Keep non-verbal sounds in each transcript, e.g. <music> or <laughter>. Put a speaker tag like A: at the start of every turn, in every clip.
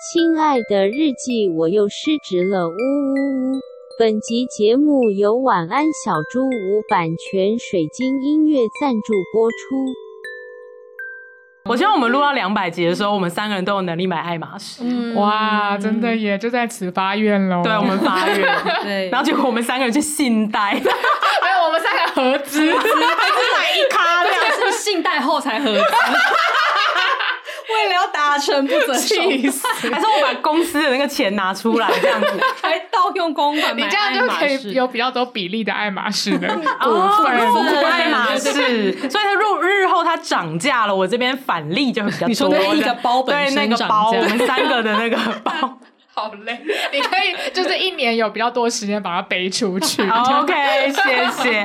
A: 亲爱的日记，我又失职了，呜呜呜！本集节目由晚安小猪屋版权水晶音乐赞助播出。
B: 我希望我们录到两百集的时候，我们三个人都有能力买爱马仕。
C: 嗯，
D: 哇，真的耶，就在此发愿喽。
B: 对，我们发愿，
C: <laughs>
B: <laughs>
C: 对，
B: 然后结果我们三个人去信贷，
D: <laughs> 没有，我们三个合资，
C: 买一咖这样啊是信贷后才合资，为了要达成不择手
D: 气死！
B: 还是我把公司的那个钱拿出来这样
C: <laughs>
B: 子。
C: 还盗用公款
D: 你
C: 买
D: 这样就
C: 爱马
D: 可
C: 仕
D: 以有比较多比例的爱马仕的
B: 哦，
D: 股份。
C: 股份
B: 爱马
C: 对
B: 仕，所以它入日后它涨价了，我这边返利就会比较多。
C: 你说那一个包本
B: 对
C: 身
B: 那个
C: 涨
B: 包，
C: 价
B: 我们三个的那个
C: <laughs>
B: 包。
D: 好累， <laughs> 你可以就是一年有比较多时间把它背出去。
B: <laughs> 好 OK，谢谢。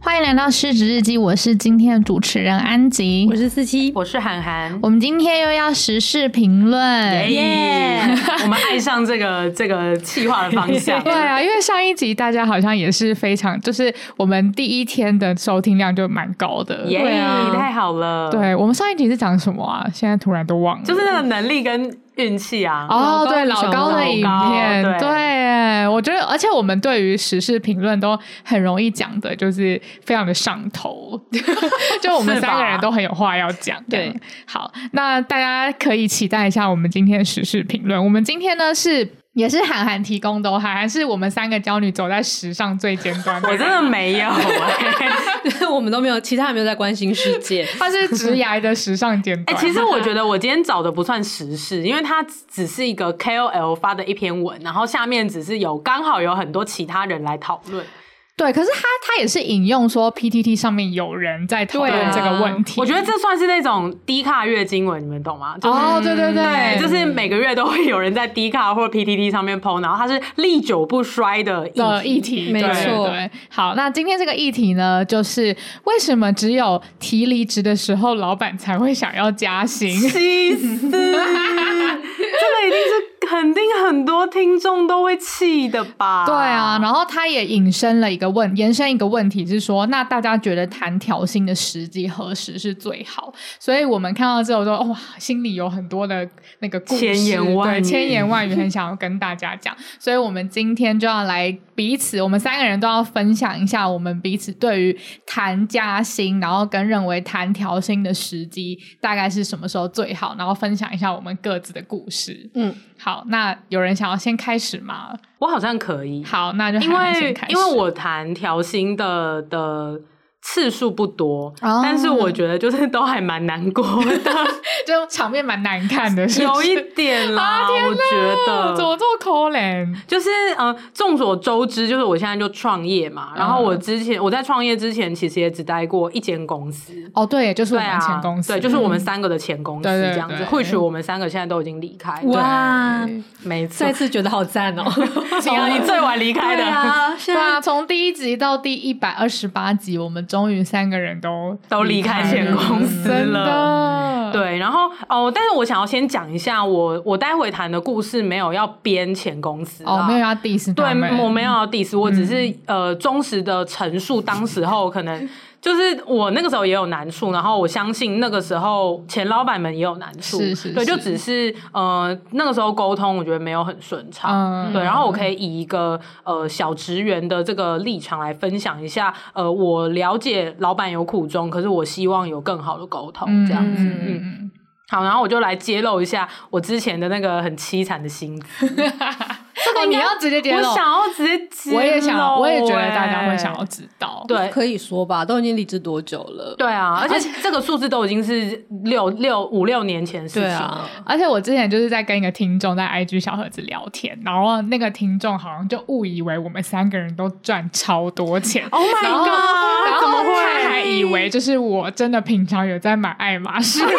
E: 欢迎来到失职日记，我是今天的主持人安吉
F: 我。是四七，
B: 我是韩寒，
E: 我们今天又要时事评论，
B: 耶！我们爱上这个这个气化的方
C: <laughs>
B: 向。
D: 对啊，因为上一集大家好像也是非常，就是我们第一天的收听量就蛮高的。
B: 耶
D: 对
B: 太
D: 啊，
B: 好了。，
D: 对我们上一集是讲什么啊？现在突然都忘了。
B: 就是那个能力跟运气啊。
F: 老
D: 哦，
F: 高
D: 对，
F: 与
D: 老
F: 小
D: 高
F: 猫
D: 的影
B: 老高
D: 片，
B: 对
D: 对，我觉得，而且我们对于时事评论都很容易讲的，就是非常的上头， <laughs> 就我们
B: 是吧
D: 三个人都很有话要讲。
C: 对
D: 这样，好，那大家可以期待一下我们今天的时事评论。我们今天呢是。也是韩寒提供的、哦，韩寒是我们三个娇女走在时尚最尖端的
B: 我
D: 人，
B: 真的没有、哎
C: 对 <laughs> 我们都没有，其他人没有在关心世界。
D: 她是直牙的时尚尖
B: 哎、
D: 端。
B: 其实我觉得我今天找的不算时事，因为它只是一个 KOL 发的一篇文，然后下面只是有刚好有很多其他人来讨论。
D: 对，可是他他也是引用说 PTT 上面有人在讨
C: 对
D: 论
C: 啊
D: 这个问题，
B: 我觉得这算是那种低卡月经文，你们懂吗？就是、
D: 哦，对对
B: 嗯对，
D: 对，
B: 就是每个月都会有人在 D 卡或 PTT 上面 PO，然后它是历久不衰的议
D: 的
B: 题
D: 议题，
C: 没
D: 对
C: 错
D: 对。好，那今天这个议题呢，就是为什么只有提离职的时候，老板才会想要加薪？
B: 气
D: <laughs>
B: 死！这个一定是肯定很多听众都会气的吧？
D: 对啊，然后他也引申了一个问，延伸一个问题是说，那大家觉得谈调薪的时机何时是最好？所以我们看到之后说，哇，心里有很多的那个故事，
B: 千言万语
D: 对千言万语，很想要跟大家讲。所以我们今天就要来彼此，我们三个人都要分享一下我们彼此对于谈加薪，然后跟认为谈调薪的时机大概是什么时候最好，然后分享一下我们各自的故事。
C: 嗯，
D: 好，那有人想要先开始吗？
B: 我好像可以，
D: 好，那就
B: 因
D: 韩寒 <laughs> 先
B: 为
D: 开始
B: 因为我谈调薪的的次数不多，
D: 哦
B: 但是我觉得就是都还蛮难过
D: <laughs>
B: 的，
D: 就场面蛮难看的，是不
B: 有
D: 是
B: 一点啦，我觉
D: 哦怎
B: 得。
D: 么这么可怜？
B: 就是呃，众所周知，就是我现在就创业嘛。
D: 嗯
B: 然后我之前我在创业之前，其实也只待过一间公司，
D: 哦，对，就是我
B: 对
D: 们
B: 啊，
D: 前公司，嗯
B: 对，就是我们三个的前公司
D: 对对
B: 这样子。
D: 对
B: 或许我们三个现在都已经离开，对，
C: 哇，
B: 没错
C: 再，次觉得好赞哦！ <laughs>
B: 从你最晚离开
C: 对
B: 的。
C: 啊，
D: 对
C: 现在
D: 啊，从第一集到第一百二十八集，我们终于三个人都
B: 都离开前公司
D: 真的
B: 了，对，然后哦，但是我想要先讲一下我我待会谈的故事，没有要编前公司
D: 哦，
B: 啦
D: 没有要 diss
B: 对
D: 他们，，
B: 我没有要 diss，我只是、
D: 嗯
B: 呃忠实的陈述当时候可
D: <laughs>
B: 能就是我那个时候也有难处，然后我相信那个时候前老板们也有难处，
D: 是是
B: 对，
D: 是
B: 就只是呃那个时候沟通我觉得没有很顺畅，
D: 嗯
B: 对，然后我可以以一个呃小职员的这个立场来分享一下，呃，我了解老板有苦衷，可是我希望有更好的沟通、
D: 嗯
B: 这样子，
D: 嗯
B: 嗯。
D: 嗯
B: 好，然后我就来揭露一下我之前的那个很凄惨的薪资。
D: 这哦个你要直接揭
B: 我
D: 露，
B: 想要直接揭露
D: 我也想，我也觉得大家会
B: 欸
D: 想要知道，
B: 对。
C: 可以说吧，都已经离职多久了？
B: 对啊，而且这个数字都已经是六六五六年前的事
C: 对
B: 情了。
C: 啊，
D: 而且我之前就是在跟一个听众在 IG 小盒子聊天，然后那个听众好像就误以为我们三个人都赚超多钱
B: Oh my
D: 然后
B: god！
D: 然
B: 怎么
D: 后
B: 会
D: 他还以为就是我真的平常有在买爱
B: <laughs> <laughs>
D: 马仕。我就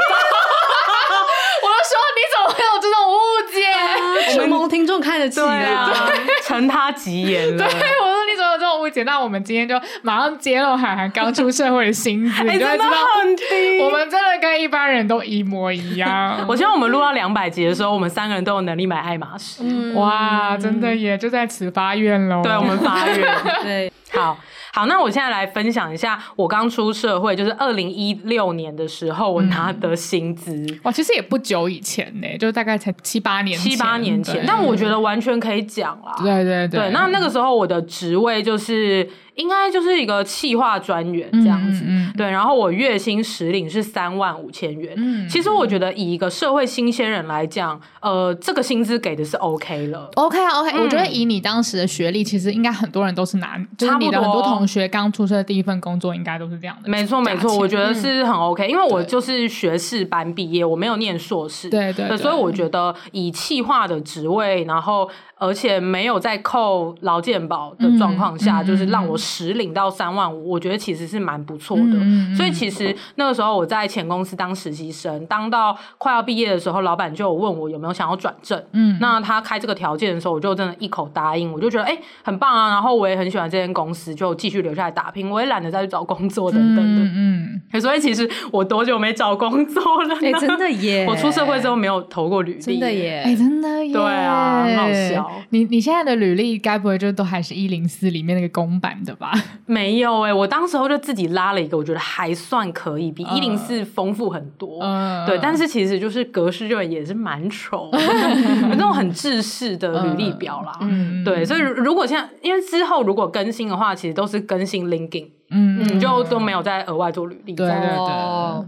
D: 说你怎么会有这种误解？
B: 我们
C: 众听众看得起
B: 对啊
C: 的。，
B: 承他吉言了
D: 对，。我说你怎么有这种误解？那我们今天就马上揭露海涵刚出社会的薪资，
B: 哎，
D: 你就
B: 真
D: 会知
B: 的
D: 道
B: 很低。
D: 我们真的跟一般人都一模一样。
B: 我希望我们录到两百集的时候，我们三个人都有能力买爱马仕。
D: 哇，真的耶，就在此发愿喽。
B: 对，我们发愿。
C: 对，
B: 好好，那我现在来分享一下我刚出社会，就是二零一六年的时候，
D: 嗯
B: 我拿的薪资。
D: 哇，其实也不久以前呢，就大概才七八年前，
B: 七八年前，
D: 对
B: 但我觉得完全可以讲啦。
D: 对对
B: 对那那个时候我的职位就是应该就是一个企划专员这样子，
D: 嗯嗯嗯
B: 对。然后我月薪实领是三万五千元，
D: 嗯
B: 其实我觉得以一个社会新鲜人来讲，呃，这个薪资给的是 OK 了。
D: OK 啊 OK，、
B: 嗯
D: 我觉得以你当时的学历，其实应该很多人都是拿，就是
B: 差不
D: 你的很多
B: 多
D: 同学刚出社的第一份工作，应该都是这样的。
B: 没错，没错，
D: 钱嗯
B: 我觉得是很 OK，、因为我
D: 对
B: 就是学士班毕业，我没有念硕士，
D: 对对对
B: 所以我觉得以企划的职位，然后而且没有在扣劳健保的状况下，
D: 嗯嗯
B: 就是
D: 嗯
B: 让我实领到三万五，我觉得其实是蛮不错的。
D: 嗯嗯嗯
B: 所以其实那个时候我在前公司当实习生，当到快要毕业的时候，老板就有问我有没有想要转正，
D: 嗯，
B: 那他开这个条件的时候，我就真的一口答应，我就觉得哎、诶很棒啊，然后我也很喜欢这间公司，就继续留下来打拼，我也懒得再去找工作等等的。
D: 嗯
B: 所以其实我多久没找工作了呢？
C: <laughs>
B: <laughs>
C: 哎，真的耶！
B: 我出社会之后没有投过履历，
C: 真的。耶
D: 哎、，真的耶，
B: 对啊很好笑
D: 你你现在的履历该不会就都还是一零四里面那个公版的吧？
B: 没有哎、我当时候就自己拉了一个，我觉得还算可以，比一零四丰富很多。
D: 嗯
B: 对，但是其实就是格式就也是蛮丑的，有那种很制式的履历表啦。
D: 嗯
B: 对，所以如如果现在，因为之后如果更新的话，其实都是更新 LinkedIn，
D: 嗯
B: 嗯，就都没有再额外做履历。
D: 对对对，
C: 哦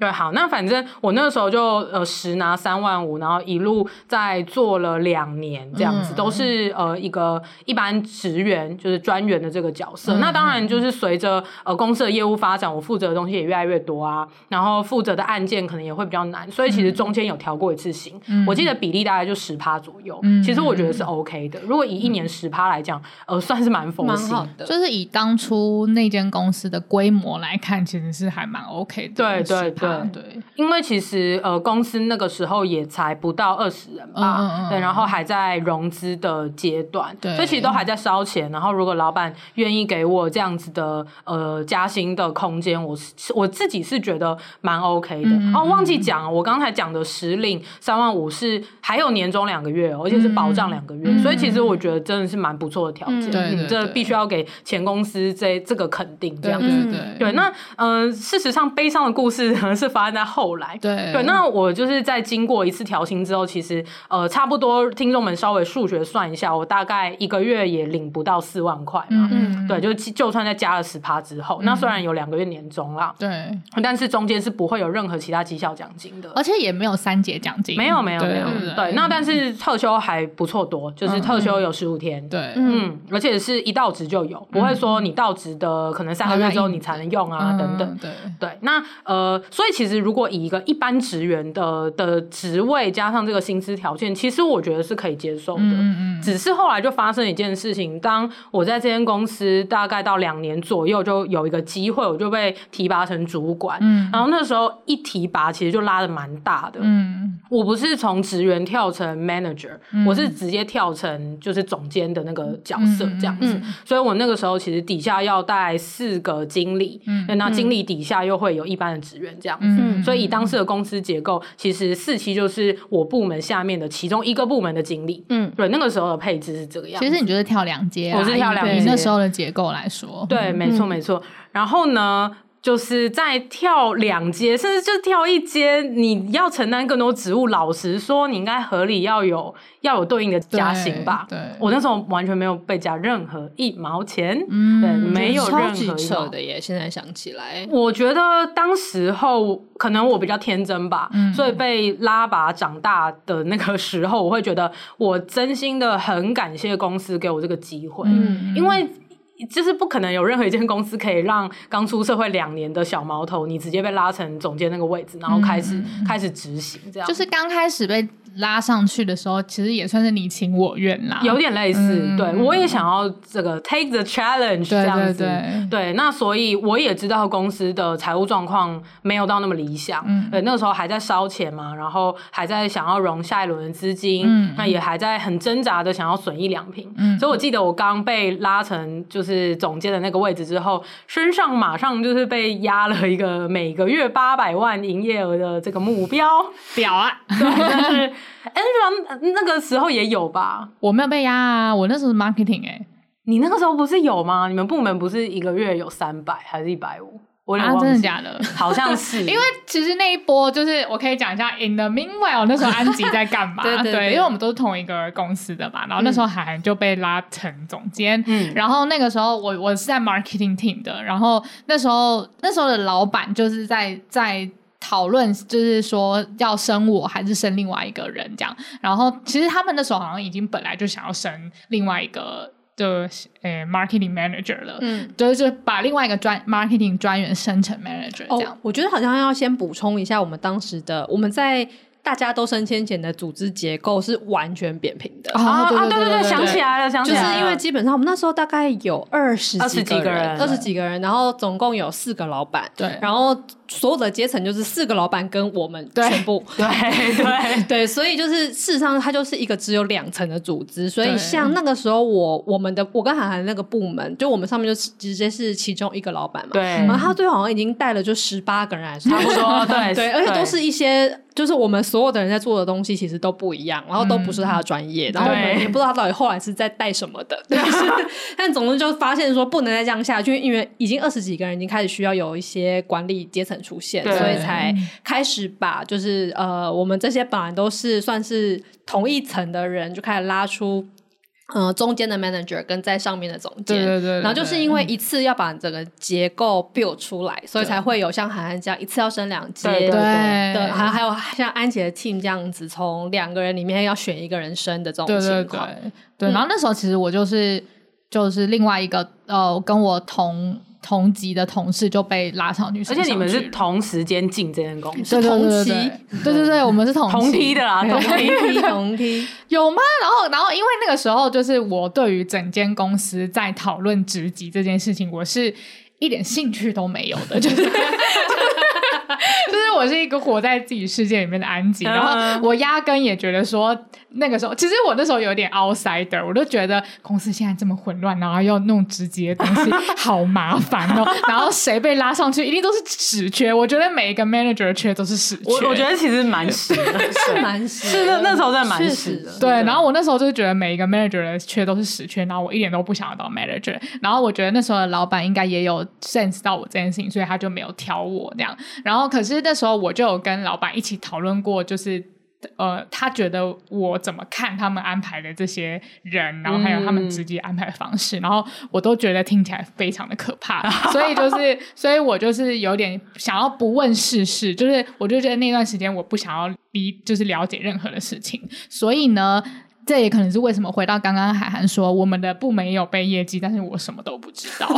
B: 对，好，那反正我那个时候就呃实拿三万五，然后一路在做了两年这样子，
D: 嗯
B: 都是呃一个一般职员就是专员的这个角色。那当然就是
D: 嗯
B: 随着呃公司的业务发展，我负责的东西也越来越多啊，然后负责的案件可能也会比较难，所以其实中间有调过一次薪，
D: 嗯
B: 我记得比例大概就十趴左右，
D: 嗯
B: 其实我觉得是 OK 的。如果以一年十趴来讲，呃，算是蛮佛
C: 蛮
B: 心
C: 好
B: 的。
C: 的。
D: 就是以当初那间公司的规模来看，其实是还蛮 OK 的。
B: 对对对
D: 10%对，
B: 因为其实呃，公司那个时候也才不到二十人吧，
D: 嗯嗯嗯
B: 对，然后还在融资的阶段，
D: 对
B: 所以其实都还在烧钱。然后如果老板愿意给我这样子的呃加薪的空间，我是我自己是觉得蛮 OK 的。
D: 嗯嗯
B: 哦，
D: 嗯
B: 忘记讲了，我刚才讲的实领三万五是还有年终两个月哦，而且是保障两个月，
D: 嗯
B: 所以其实我觉得真的是蛮不错的条件，
C: 嗯
D: 对对
B: 这
D: 对
B: 必须要给前公司这这个肯定这
D: 对
B: 样子。
D: 对
C: 嗯
D: 对
B: 对，那呃，事实上悲伤的故事 <laughs> 呢是发生在后来。
D: 对
B: 对，那我就是在经过一次调薪之后，其实呃，差不多听众们稍微数学算一下，我大概一个月也领不到四万块嘛。
D: 嗯
B: 对，就就算再加了十趴之后，那虽然有两个月年终啦，
D: 对，
B: 但是中间是不会有任何其他绩效奖金的。
D: 而且也没有三节奖金，
B: 没有没有
D: 哦对嗯
B: 没有，对，那但是特休还不错多，就是特休有十五天，
D: 对嗯
B: 嗯，而且是一到职就有，不会说你到职的可能三个月之后你才能用啊，等等
D: 嗯。对，
B: 对，那呃，所以其实如果以一个一般职员的的职位加上这个薪资条件，其实我觉得是可以接受的。
D: 嗯嗯
B: 只是后来就发生一件事情，当我在这间公司大概到两年左右，就有一个机会，我就被提拔成主管。
D: 嗯
B: 然后那时候一提拔，其实就拉的蛮大的。
D: 嗯
B: 我不是从职员跳成 manager，、我是直接跳成就是总监的那个角色
D: 嗯
B: 这样子。所以我那个时候其实底下要带四个经理，
D: 嗯
B: 那经理底下又会有一般的职员这样子。
D: 嗯
B: 所以以当时的公司结构，其实四期就是我部门下面的其中一个部门的经理。
C: 嗯，
B: 对，那个时候的配置是这个样
D: 其
B: 子。
D: 实你就是跳两阶啊，
B: 我是跳两阶
D: 以那时候的结构来说，
B: 对，没
D: 嗯
B: 错没错。然后呢，就是再跳两阶，甚至就跳一阶，你要承担更多职务。老实说，你应该合理要有要有对应的
D: 对
B: 加薪吧。
D: 对，
B: 我那时候完全没有被加任何一毛钱，
D: 嗯
B: 对，没有任
C: 超
B: 何
C: 级
B: 一毛
C: 扯的耶！现在想起来，
B: 我觉得当时候可能我比较天真吧，
D: 嗯
B: 所以被拉拔长大的那个时候，我会觉得我真心的很感谢公司给我这个机会，
D: 嗯
B: 因为。就是不可能有任何一间公司可以让刚出社会两年的小
D: 嗯
B: 毛头，你直接被拉成总监那个位置，然后开始、开始执行这样。
D: 就是刚开始被拉上去的时候，其实也算是你情我愿啦。
B: 有点类似，
D: 嗯
B: 对我也想要这个 take the challenge 这
D: 对
B: 样
D: 对
B: 子，
D: 对，
B: 对，那所以我也知道公司的财务状况没有到那么理想，
D: 嗯
B: 对，那个时候还在烧钱嘛，然后还在想要融下一轮的资金，
D: 嗯
B: 那也还在很挣扎的想要损益两平，
D: 嗯
B: 所以我记得我刚被拉成就是总监的那个位置之后，身上马上就是被压了一个每个月八百万营业额的这个目标， <laughs>
D: 屌啊！
B: 对，但是 Angela 那个时候也有吧？
D: 我没有被压啊，我那时候是 marketing 哎、
B: 你那个时候不是有吗？你们部门不是一个月有三百还是一百五？我有点
D: 啊，
B: 忘记
D: 真的假的？
B: <laughs> 好像是，
D: <laughs> 因为其实那一波就是我可以讲一下，in the meanwhile，那时候安吉在干嘛？
F: <laughs> 对对嗯对
D: 因为我们都是同一个公司的嘛。然后那时候海涵就被拉成总监，
B: 嗯
D: 然后那个时候我我是在 marketing team 的，然后那时候那时候的老板就是在在。讨论就是说要生我还是生另外一个人这样，然后其实他们那时候好像已经本来就想要生另外一个的诶、marketing manager 了，
C: 嗯，
D: 就是就把另外一个专 marketing 专员升成 manager 这样
C: 哦。，我觉得好像要先补充一下，我们当时的我们在大家都升迁前的组织结构是完全扁平
D: 哦
C: 的。
B: 啊啊，对对，想起来了，想起
C: 就是
B: 来了，
C: 因为基本上我们那时候大概有二十
B: 20几
C: 几
B: 个
C: 个
B: 人
C: 人，二十几个人，然后总共有四个老板，
D: 对
C: 然后所有的阶层就是四个老板跟我们
D: 对
C: 全部，
B: <laughs> 对对
C: 对，所以就是事实上，它就是一个只有两层的组织。所
D: 对
C: 以像那个时候我，我们的我跟韩寒那个部门，就我们上面就直接是其中一个老板嘛。。
B: 对
C: 然，后他最后好像已经带了就十八个人来，差
D: <laughs>
B: 差不多对
C: 对，而且都是一些就是我们所有的人在做的东西其实都不一样，然后都不是他的专业，然后我们
B: 嗯对
C: 也不知道他到底后来是在带
B: <laughs>
C: 什么的。但是，但总之就发现说不能再这样下去，因为已经二十几个人已经开始需要有一些管理阶层出现，
B: 对
C: 所以才开始把就是呃我们这些本来都是算是同一层的人，就开始拉出。呃，中间的 manager 跟在上面的总监，
D: 对对对对
C: 然后就是因为
B: 嗯
C: 一次要把整个结构 build 出来，所以才会有像韩寒这样一次要升两阶，
B: 对对
D: 对
C: 对，还还有像安琪的 team 这样子，从两个人里面要选一个人生的这种
D: 对对
C: 情
D: 对
C: 况。
D: 对。然后那时候其实我就是就是另外一个呃跟我同同级的同事就被拉上去，
B: 而且你们是同时间进这间公司，
D: 对对对对
C: 同期
D: 对对对对，我们是同
B: 同
D: 期
B: 梯的
D: <laughs>
B: 啦，同
C: 同
B: 梯。
C: 梯
B: <laughs>
C: 同梯，
D: 有吗？然后，然后，因为那个时候就是我对于整间公司在讨论职级这件事情，我是一点兴趣都没有的，
B: <laughs>
D: 就是 <laughs> 就是我是一个活在自己世界里面的安吉。
B: 嗯
D: 然后我压根也觉得说，那个时候其实我那时候有点 outsider，我都觉得公司现在这么混乱，然后要弄职级的东西，好麻烦哦。然后谁被拉上去，一定都是屎缺。我觉得每一个 manager 的缺都是屎缺。
B: 我我觉得其实蛮实的，
C: 是蛮实
B: 是那那时候真的蛮
C: 确
B: 实
C: 实
B: 的
C: 是
D: 对，然后我那时候就觉得每一个 manager 的缺都是死缺，然后我一点都不想要当 manager。然后我觉得那时候的老板应该也有 sense 到我这件事情，所以他就没有挑我这样。然后可是那时候我就有跟老板一起讨论过，就是。呃，他觉得我怎么看他们安排的这些人，然后还有他们
C: 嗯
D: 直接安排的方式，然后我都觉得听起来非常的可怕，所以就是，所以我就是有点想要不问世事，就是我就觉得那段时间我不想要理，就是了解任何的事情，所以呢，这也可能是为什么回到刚刚海涵说，我们的部门也有被业绩，但是我什么都不知道。 <laughs>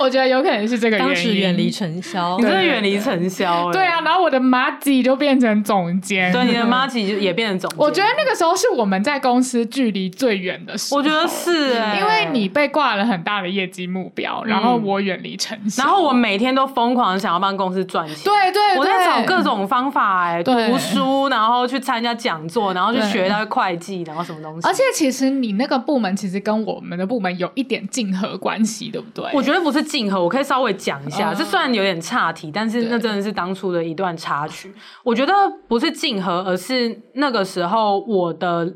D: 我觉得有可能是这个原因。
C: 当时远离尘嚣
B: 你，真的远离尘嚣哎。
D: 对啊，，然后我的马吉就变成总监。
B: 对，你的妈其实也变成总监，
D: 我觉得那个时候是我们在公司距离最远的时候。
B: 我觉得。是哎，
D: 因为你被挂了很大的业绩目标，然后我远离城市，
B: 然后我每天都疯狂地想要帮公司赚钱，
D: 对对，
B: 我在
D: 对
B: 找各种方法哎、
D: 对
B: 读书，然后去参加讲座，然后去
D: 对
B: 学到会计，然后什么东西。
D: 而且其实你那个部门其实跟我们的部门有一点竞合关系，对不对？
B: 我觉得不是竞合，我可以稍微讲一
D: 啊
B: 下，这虽然有点岔题，但是
D: 对
B: 那真的是当初的一段插曲。我觉得不是竞合，而是那个时候我的。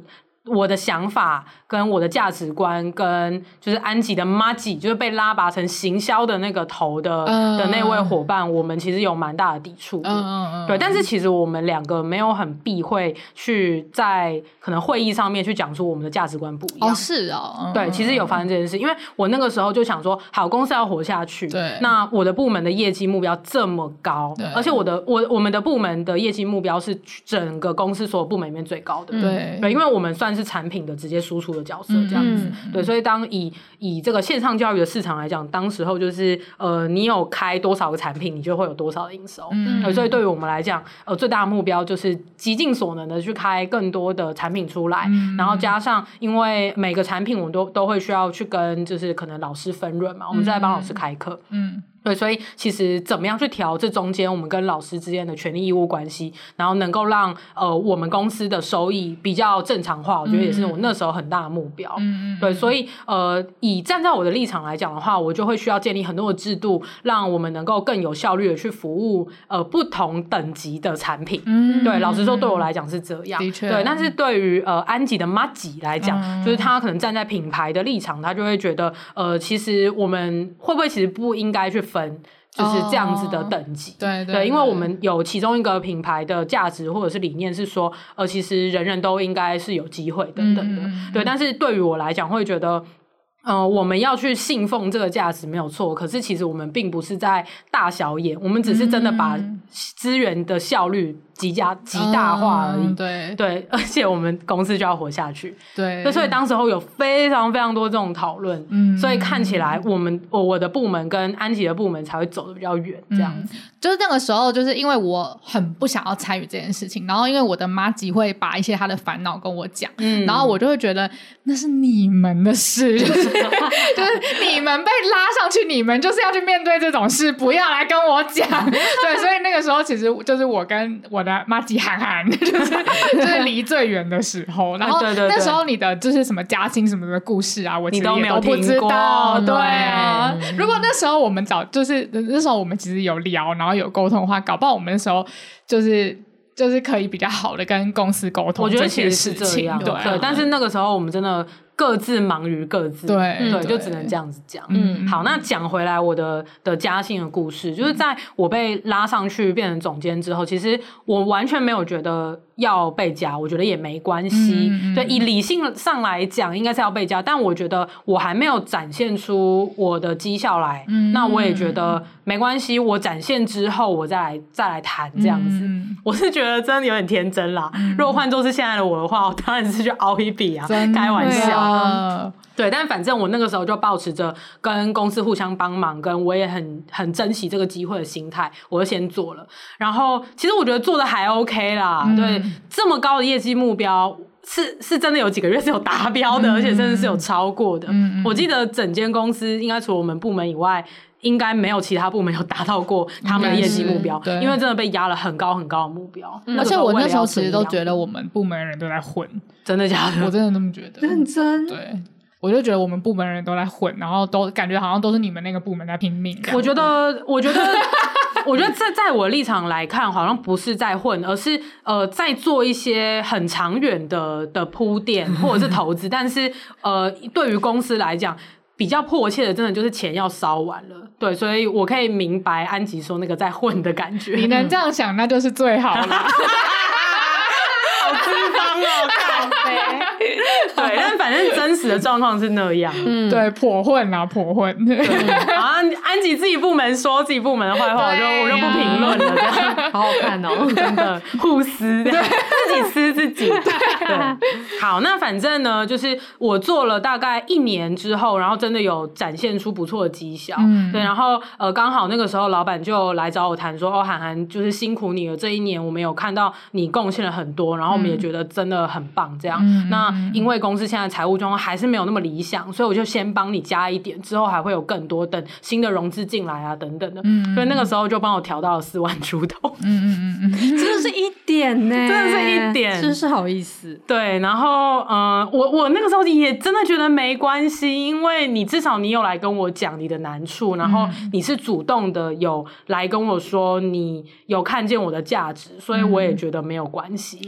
B: 我的想法跟我的价值观，跟就是安吉的妈吉，就是被拉拔成行销的那个头的、
D: 嗯
B: 的那位伙伴，我们其实有蛮大的抵触的。
D: 嗯嗯嗯，
B: 对，但是其实我们两个没有很避讳去在可能会议上面去讲出我们的价值观不一样。
D: 哦是哦，嗯
B: 对，其实有发生这件事，因为我那个时候就想说，好，公司要活下去，
D: 对
B: 那我的部门的业绩目标这么高
D: 对，
B: 而且我的我我们的部门的业绩目标是整个公司所有部门里面最高的，
D: 嗯对
B: 对，因为我们算是产品的直接输出的角色
D: 嗯
B: 这样子。
D: 嗯
B: 对，所以当以以这个线上教育的市场来讲，当时候就是呃，你有开多少个产品，你就会有多少的营收。
D: 嗯
B: 呃，所以对于我们来讲，呃，最大的目标就是极尽所能的去开更多的产品出来，
D: 嗯
B: 然后加上因为每个产品我们都都会需要去跟就是可能老师分润嘛，我们是在帮老师开课，
D: 嗯
B: 对，所以其实怎么样去调这中间我们跟老师之间的权利义务关系，然后能够让呃我们公司的收益比较正常化，我觉得也是
D: 嗯
B: 我那时候很大的目标。
D: 嗯嗯，
B: 对，所以呃，以站在我的立场来讲的话，我就会需要建立很多的制度，让我们能够更有效率的去服务呃不同等级的产品。
D: 嗯
B: 对，老实说，对我来讲是这样。
D: 的确
B: 对，但是对于呃安吉的妈吉来讲，
D: 嗯
B: 就是他可能站在品牌的立场，他就会觉得，呃，其实我们会不会其实不应该去分，就是这样子的
D: 哦
B: 等级。
D: 对
B: 对，因为我们有其中一个品牌的价值或者是理念是说，呃，其实人人都应该是有机会等等的。
D: 嗯嗯嗯嗯
B: 对，但是对于我来讲，会觉得。呃，我们要去信奉这个价值没有错，可是其实我们并不是在大小眼，我们只是真的把
D: 嗯
B: 资源的效率极加极大化而已。
D: 嗯对
B: 对，而且我们公司就要活下去，
D: 对
B: 对，所以当时候有非常非常多这种讨论，
D: 嗯
B: 所以看起来我们我我的部门跟安吉的部门才会走得比较远，这样子。
D: 嗯就是那个时候，就是因为我很不想要参与这件事情，然后因为我的妈吉会把一些她的烦恼跟我讲，
B: 嗯
D: 然后我就会觉得那是你们的事，就是 <laughs> 就是你们被拉上去，你们就是要去面对这种事，不要来跟我讲。 <laughs> 对，所以那个时候其实就是我跟我的妈吉涵涵，就是 <laughs> 就是离最远的时候。然后
B: 对对对
D: 那时候你的就是什么家亲什么的故事啊，我其
B: 你
D: 实
B: 都
D: 也
B: 没有
D: 不
B: 听
D: 知
B: 过
D: 道。对
B: 对嗯
D: 啊，如果那时候我们早就是那时候我们其实有聊，然后有沟通的话，搞不好我们那时候就是。就是可以比较好的跟公司沟通
B: 我觉
D: 这
B: 得其
D: 些
B: 实
D: 事
B: 是这
D: 情，
B: 样，
D: 对啊，
B: 但是那个时候我们真的各自忙于各自，
D: 对
B: 对，
D: 对
B: 就只能这样子讲。
D: 嗯
B: 好，那讲回来我的的家信的故事，就是在我被拉上去变成总监之后，其实我完全没有觉得要被加，我觉得也没关系。
D: 嗯嗯嗯
B: 对，以理性上来讲，应该是要被加，但我觉得我还没有展现出我的绩效来，
D: 嗯
B: 那我也觉得没关系，我展现之后我再来再来谈这样子。
D: 嗯
B: 我是觉得真的有点天真啦。如果换作是现在的我的话，我当然是去凹一笔啊，
D: 真的
B: 开玩笑。
D: 啊
B: 对，但反正我那个时候就保持着跟公司互相帮忙，跟我也很很珍惜这个机会的心态，我就先做了。然后其实我觉得做的还 OK 啦，
D: 嗯
B: 对，这么高的业绩目标。是是真的有几个月是有达标的，而且真的是有超过的。
D: 嗯嗯嗯
B: 我记得整间公司应该除了我们部门以外，应该没有其他部门有达到过他们的业绩目标
D: 应该，是对嗯
B: 因为真的被压了很高很高的目标。
D: 而且我那时候其实都
B: 得
D: 觉得我们部门人都在混，
B: <laughs> 真的假
D: 我
B: 的，
D: 真的这么觉得。
C: 认真，
D: 对，我就觉得我们部门人都在混，然后都感觉好像都是你们那个部门在拼命这样。
B: 我觉得，我觉得。我觉得这在我立场来看，好像不是在混，而是呃在做一些很长远的的铺垫或者是投资。但是呃，对于公司来讲，比较迫切的，真的就是钱要烧完了。对，所以我可以明白安吉说那个在混的感觉。
D: 你能这样想，那就是最好
B: <laughs>
D: 了。
B: 好脂肪哦，靠背。 <laughs> 对，但反正真实的状况是那样。
C: 嗯，
D: 对，破混啊，破混。
B: <laughs> 然后安安吉自己部门说自己部门的坏话，我就
D: 对呀
B: 我就不评论了，这样。。
C: <laughs> 好好看哦
B: <laughs> 真的互撕，自己撕自己。对，好，那反正呢，就是我做了大概一年之后，然后真的有展现出不错的绩效。
D: 嗯
E: 哦
B: 对，然后呃，刚好那个时候老板就来找我谈说，哦，涵涵就是辛苦你了，这一年我们有看到你贡献了很多，然后我
C: 嗯
B: 们也觉得真的很棒，这样。
D: 嗯
B: 那因为公司现在财务状况还是没有那么理想，所以我就先帮你加一点，之后还会有更多等新的融资进来啊，等等的。
D: 嗯
B: 所以那个时候就帮我调到了四万出头。 <laughs>
D: 嗯嗯嗯嗯，
C: 真的是一点呢、
B: 真的是一点
C: 真是好意思。
B: 对，然后呃，我我那个时候也真的觉得没关系，因为你至少你有来跟我讲你的难处，然后
D: 嗯
B: 你是主动的有来跟我说你有看见我的价值，所以我
D: 嗯
B: 也觉得没有关系。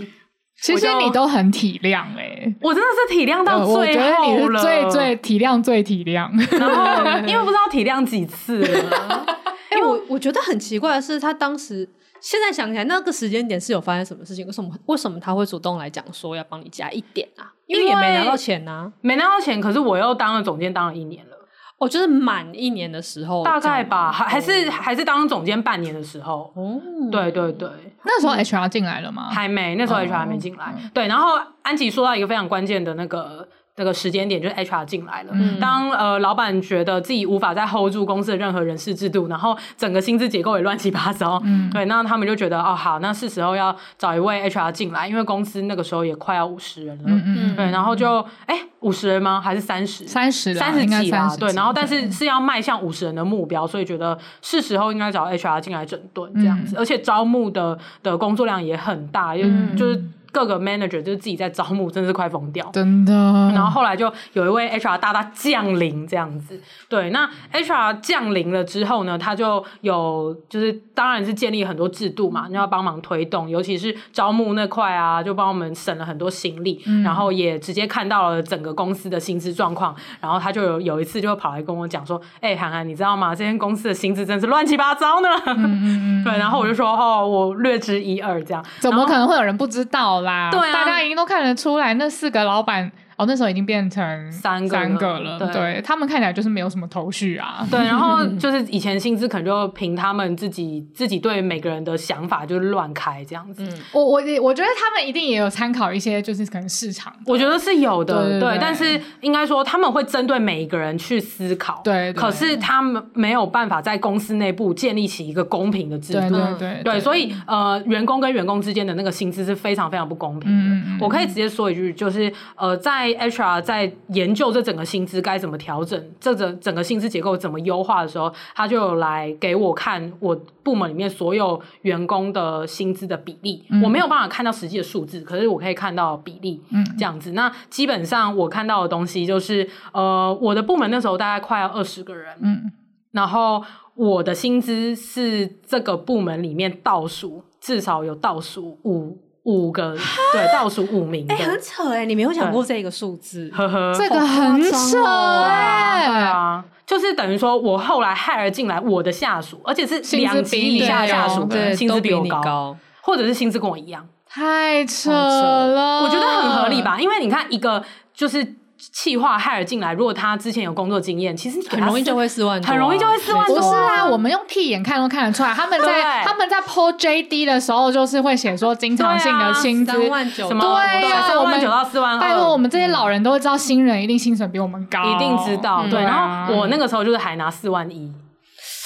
D: 其实
B: 我就
D: 你都很体谅哎。
B: 我真的是体谅到
D: 呃我
B: 最
D: 觉得你
B: 后了，
D: 是最最体谅最体谅，
B: 然后因为不知道体谅几次了，
C: 哎、我我觉得很奇怪的是，他当时现在想起来那个时间点是有发生什么事情？为什么为什么他会主动来讲说要帮你加一点啊？因为也
B: 因为
C: 没拿到钱呐、
B: 没拿到钱，可是我又当了总监当了一年了。
C: 哦，就是满一年的时
D: 哦
C: 候，
B: 大概吧，还还是还是当总监半年的时候，
C: 哦，
D: 嗯
B: 对对对，
D: <laughs> 那时候 HR 进来了吗？
B: 嗯还没，那时
D: 哦
B: 候 HR 还没进来。
D: 嗯
B: 对，然后安琪说到一个非常关键的那个那个时间点，就是 HR 进来了。
D: 嗯
B: 当呃老板觉得自己无法再 hold 住公司的任何人事制度，然后整个薪资结构也乱七八糟，<laughs>
D: 嗯
B: 对，那他们就觉得哦好，那是时候要找一位 HR 进来，因为公司那个时候也快要五十人了。
D: 嗯嗯
B: 对，然后就哎五十人吗？还是三十？
D: 三十啊
B: 三十
D: 应该
B: 几
D: 三
B: 啦
D: 十，
B: 对，然后但是是要迈向五十人的目标，所以觉得是时候应该找 HR 进来整顿这样子，而且招募的的工作量也很大，因为
D: 嗯
B: 就是各个 manager 就是自己在招募，真的是快疯掉。
D: 真的，
B: <laughs> 然后后来就有一位 HR 大大降临这样子，对，那 HR 降临了之后呢，他就有就是当然是建立很多制度
D: 嗯
B: 嘛，要帮忙推动，尤其是招募那块啊，就帮我们省了很多心力，
D: 嗯
B: 然后也直接看到了整个公司的薪资状况，然后他就有有一次就跑来跟我讲说，哎、涵涵，你知道吗？这间公司的薪资真是乱七八糟呢。
D: 嗯嗯嗯，
B: 对，然后我就说哦，我略知一二这样，
D: 怎么可能会有人不知道啦？
B: 对啊
D: 大家已经都看得出来，那四个老板哦，那时候已经变成
B: 三个了
D: 三个了，
B: 对
D: 对他们看起来就是没有什么头绪啊。 <laughs>
B: 对，然后就是以前薪资可能就凭他们自己自己对每个人的想法就乱开这样子。
C: 嗯
D: 我我我觉得他们一定也有参考一些，就是可能市场的，
B: 我觉得是有的，
D: 对对对
B: 但是应该说他们会针对每一个人去思考，
D: 对对
B: 可是他们没有办法在公司内部建立起一个公平的制度，
D: 对
B: 嗯对，
D: 对对
B: 所以呃，员工跟员工之间的那个薪资是非常非常不公平的。
D: 嗯嗯嗯
B: 我可以直接说一句，就是呃，在 HR 在研究这整个薪资该怎么调整，这整整个薪资结构怎么优化的时候，他就有来给我看我部门里面所有员工的薪资的比例。我没有办法看到实际的数字，可是我可以看到比例，
D: 嗯
B: 这样子。那基本上我看到的东西就是，呃，我的部门那时候大概快要二十个人，
D: 嗯，
B: 然后我的薪资是这个部门里面倒数，至少有倒数五五个，对，倒数五名的。
C: 哎、很扯哎、你没有想过这个数字，
B: 呵呵，
D: 这个很扯哎、
B: 对啊，就是等于说我后来害而进来我的下属，而且是
D: 薪资
B: 两
D: 比
B: 级以
D: 你
B: 下的下
C: 哦
D: 高
B: 属，
D: 对
B: 薪
F: 都
B: 资
F: 比
B: 我
F: 你高，
B: 或者是薪资跟我一样。
D: 太扯了，
B: 哦我觉得很合理？吧，因为你看一个就是气化害尔进来，如果他之前有工作经验，其实你给
F: 很
B: 他
F: 容易
B: 四
F: 就会四万多啊，
B: 很容易就会四万
D: 不
B: 多。
D: 是啊，我们用屁眼看都看得出来，他们在
B: 对
D: 他们在 PO JD 的时候，就是会写说经常性的薪资。
C: 三万九，
B: 什么
D: 对啊
B: 三
D: 我们
B: 万九到四万
D: 拜托，我
B: 啊二。
D: 们这些老人都会知道，新人一定薪水比我们高，
B: 一定知道，
D: 嗯
B: 对。然
D: 啊
B: 后我那个时候就是还拿四万一，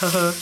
B: 呵呵。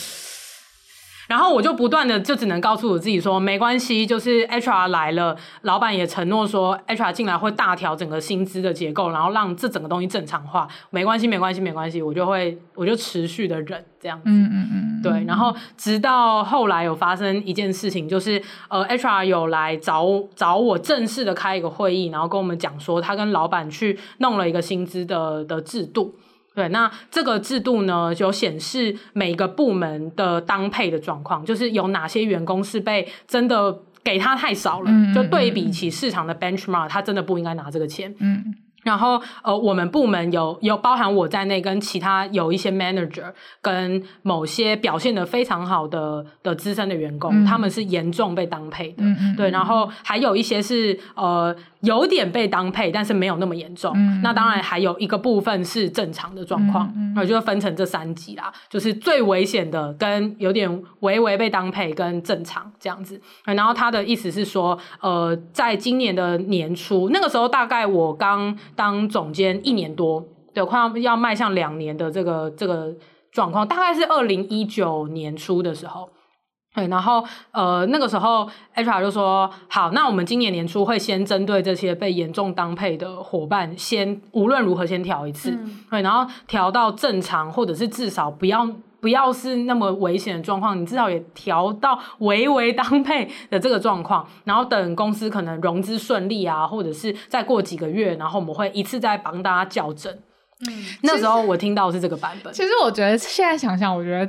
B: 然后我就不断的就只能告诉我自己说，没关系，就是 HR 来了，老板也承诺说 HR 进来会大调整个薪资的结构，然后让这整个东西正常化。没关系，没关系，没关系，我就会我就持续的忍这样子。
D: 嗯嗯嗯，
B: 对，然后直到后来有发生一件事情，就是呃，HR 有来找我找我正式的开一个会议，然后跟我们讲说，他跟老板去弄了一个薪资的的制度。对，那这个制度呢，有显示每个部门的当配的状况，就是有哪些员工是被真的给他太少了，
D: 嗯嗯
B: 就对比起市场的 benchmark，他真的不应该拿这个钱。
D: 嗯
B: 然后呃，我们部门有有包含我在内，跟其他有一些 manager 跟某些表现的非常好的的资深的员工，
D: 嗯
B: 他们是严重被当配的。
D: 嗯嗯，
B: 对，然后还有一些是呃有点被当配，但是没有那么严重。
D: 嗯
B: 那当然还有一个部分是正常的状况，
D: 嗯嗯
B: 我就分成这三级啦，就是最危险的跟有点微微被当配跟正常这样子。然后他的意思是说，呃，在今年的年初，那个时候大概我刚当总监一年多，对，快要要迈向两年的这个这个状况，大概是二零一九年初的时候。对，然后呃，那个时候 HR 就说，好，那我们今年年初会先针对这些被严重当配的伙伴先，无论如何先调一次，对，然后调到正常，或者是至少不要不要是那么危险的状况，你至少也调到微微当配的这个状况，然后等公司可能融资顺利啊，或者是再过几个月，然后我们会一次再帮大家校正。嗯，那时候我听到的是这个版本，
D: 其实我觉得现在想想，我觉得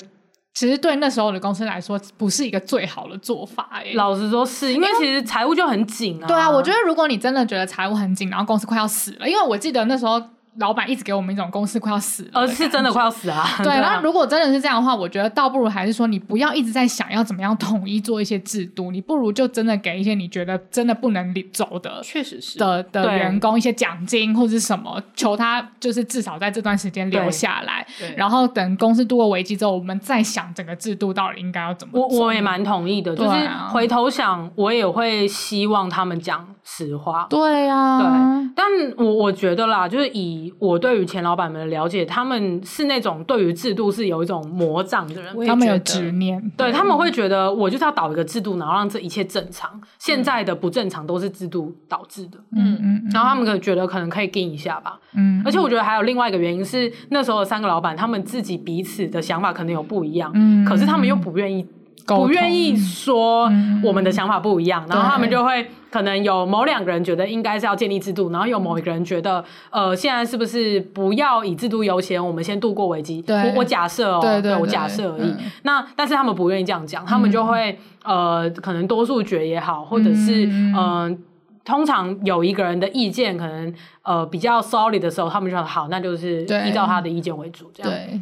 D: 其实对那时候的公司来说，不是一个最好的做法哎。
B: 老实说是因为其实财务就很紧啊。
D: 对啊，我觉得如果你真的觉得财务很紧，然后公司快要死了，因为我记得那时候老板一直给我们一种公司快要死了的
B: 而
D: 感觉，
B: 哦是真的快要死啊！
D: <laughs> 对，
B: 啊
D: 那如果真的是这样的话，我觉得倒不如还是说，你不要一直在想要怎么样统一做一些制度，你不如就真的给一些你觉得真的不能领走的
C: 确实是
D: 的的
B: 对
D: 员工一些奖金或是什么，求他就是至少在这段时间留
B: 对
D: 下来，
C: 对
D: 然后等公司度过危机之后，我们再想整个制度到底应该要怎么
B: <laughs> 我
D: 走。
B: 我也蛮同意的，就
D: 对
B: 是
D: 啊
B: 回头想，我也会希望他们讲实话。
D: 对啊，
B: 对，但我我觉得啦，就是以我对于前老板们的了解，他们是那种对于制度是有一种魔障的人，
C: 我也
D: 他们有
C: 觉得
D: 执念，
B: 对他们会觉得我就是要搞一个制度，然后让这一切正常。现在的不正常都是制度导致的，
D: 嗯嗯
B: 然后他们可能觉得可能可以跟一下吧。
D: 嗯，
B: 而且我觉得还有另外一个原因是，那时候的三个老板他们自己彼此的想法可能有不一样，
D: 嗯
B: 可是他们又不愿意。
D: 沟通
B: 不愿意说
D: 嗯
B: 我们的想法不一样，然后他们
D: 对
B: 就会可能有某两个人觉得应该是要建立制度，然后有某一个人觉得，呃，现在是不是不要以制度优先，我们先度过危机？
D: 对
B: 我我假设哦，
D: 对对
B: 我
D: 对
B: 假设而已。
D: 嗯
B: 那但是他们不愿意这样讲，他们就会、呃，可能多数决也好，或者是
D: 嗯
B: 嗯、呃通常有一个人的意见可能呃比较 solid 的时候，他们就说好，那就是
D: 对
B: 依照他的意见为主这样。
D: 对，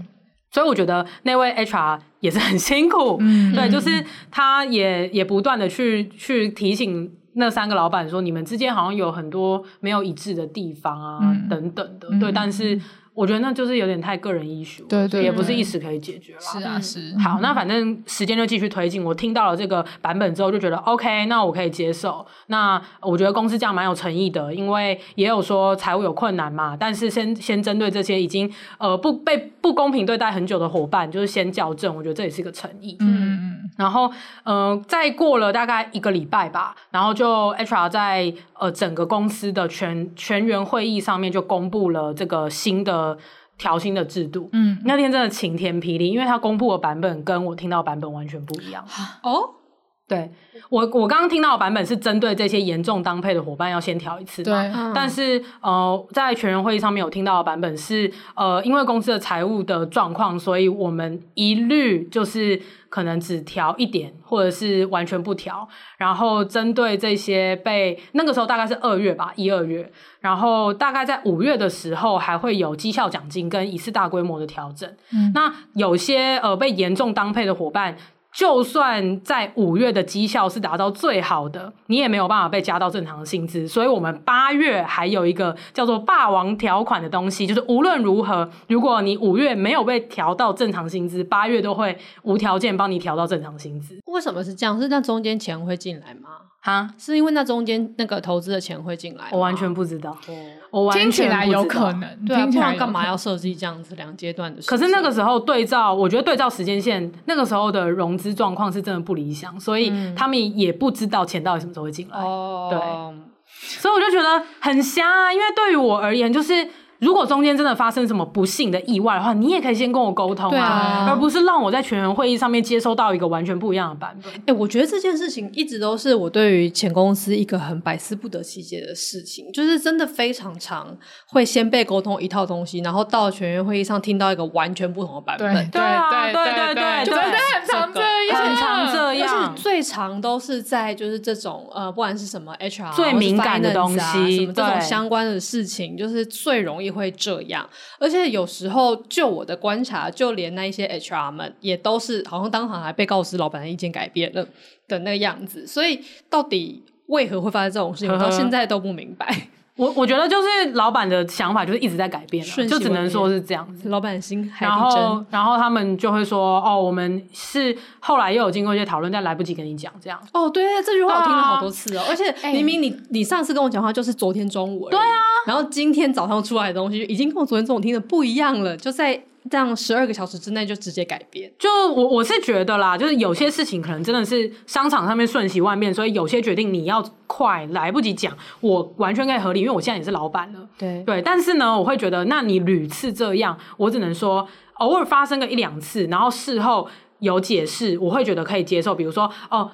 B: 所以我觉得那位 HR 也是很辛苦，
D: 嗯
B: 对，就是他也也不断的去去提醒。那三个老板说：“你们之间好像有很多没有一致的地方啊，
D: 嗯
B: 等等的。
D: 嗯
B: 对，但是我觉得那就是有点太个人 issue，
D: 对对
B: 也不是
D: 对
B: 一时可以解决啦。
D: 是啊是，
B: 好，那反正时间就继续推进。我听到了这个版本之后，就觉得 OK，那我可以接受。那我觉得公司这样蛮有诚意的，因为也有说财务有困难嘛，但是先先针对这些已经呃不被不公平对待很久的伙伴，就是先校正。我觉得这也是一个诚意。
D: 嗯嗯
B: 然后，呃，再过了大概一个礼拜吧，然后就 HR 在呃整个公司的全全员会议上面就公布了这个新的调薪的制度。
D: 嗯嗯，
B: 那天真的晴天霹雳，因为他公布的版本跟我听到的版本完全不一样。
C: 哦，
B: 对我，我刚刚听到的版本是针对这些严重当配的伙伴要先调一次嘛。
D: 对，
C: 嗯
B: 但是呃，在全员会议上面有听到的版本是，呃，因为公司的财务的状况，所以我们一律就是可能只调一点，或者是完全不调。然后针对这些被那个时候大概是二月吧，一二月，然后大概在五月的时候还会有绩效奖金跟一次大规模的调整。
D: 嗯
B: 那有些呃被严重当配的伙伴。就算在五月的绩效是达到最好的，你也没有办法被加到正常的薪资。所以，我们八月还有一个叫做“霸王条款”的东西，就是无论如何，如果你五月没有被调到正常薪资，八月都会无条件帮你调到正常薪资。
C: 为什么是这样？是那中间钱会进来吗？
B: 哈，
C: 是因为那中间那个投资的钱会进来吗？哦
B: 我完全不知道，我完全
D: 听起来
B: 不知道
D: 有可。能，
C: 对啊，
D: 听起
C: 不
D: 来
C: 然干
D: 有可
C: 嘛
D: 能
C: 要设计这样子两阶段的事
B: 可
C: 情？
B: 是那个时候对照，我觉得对照时间线，那个时候的融资状况是真的不理想，所以他们也不知道钱到底什么时候会进来。
C: 哦，
B: 所以我就觉得很瞎啊，因为对于我而言，就是如果中间真的发生什么不幸的意外的话，你也可以先跟我沟通
C: 对啊
B: 而不是让我在全员会议上面接收到一个完全不一样的版本。
C: 哎、我觉得这件事情一直都是我对于前公司一个很百思不得其解的事情，就是真的非常常会先被沟通一套东西，然后到全员会议上听到一个完全不同的版
D: 对
C: 本。
B: 对啊
D: 对
B: 对对
D: 就
B: 对
D: 真的很常这样，
B: 很常这样
C: 而且，最常都是在就是这种呃，不管是什么 HR 啊
B: 最敏感的东西
C: 或是 finance 啊什么这种
B: 对
C: 相关的事情，就是最容易会这样。而且有时候，就我的观察，就连那一些 HR 们也都是好像当场还被告知老板的意见改变了的那个样子。所以到底为何会发生这种事情，我到
B: 呵呵
C: 现在都不明白。 <laughs>
B: 我我觉得就是老板的想法就是一直在改变啊、
C: 瞬息
B: 就只能
C: 万变
B: 说是这样子。
C: 老板的心海
B: 然
C: 底
B: 后
C: 针，，
B: 然后他们就会说：“哦，我们是后来又有经过一些讨论，但来不及跟你讲。”这样，
C: 哦，对，这句话我听了
B: 对啊
C: 好多次哦，而且
D: 哎
C: 明明你、你上次跟我讲话就是昨天中午，对啊，然后今天早上出来的东西已经跟我昨天中午听的不一样了，就在这样十二个小时之内就直接改变，
B: 就我我是觉得啦，就是有些事情可能真的是商场上面瞬息万变，所以有些决定你要快，来不及讲，我完全可以合理，因为我现在也是老板了。
C: 对
B: 对，但是呢，我会觉得，那你屡次这样，我只能说偶尔发生个一两次，然后事后有解释，我会觉得可以接受。比如说，哦，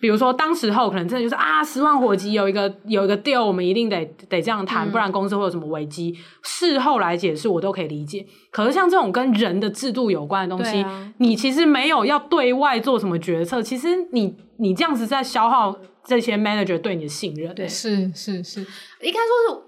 B: 比如说当时候可能真的就是啊，十万火急有一个有一个 deal，我们一定得得这样谈，不然公司会有什么危机。事后来解释，我都可以理解。可是像这种跟人的制度有关的东
C: 对
B: 西，
C: 啊
B: 你其实没有要对外做什么决策，其实你你这样子在消耗这些 manager 对你的信任。
C: 对
D: 是是是，应该说是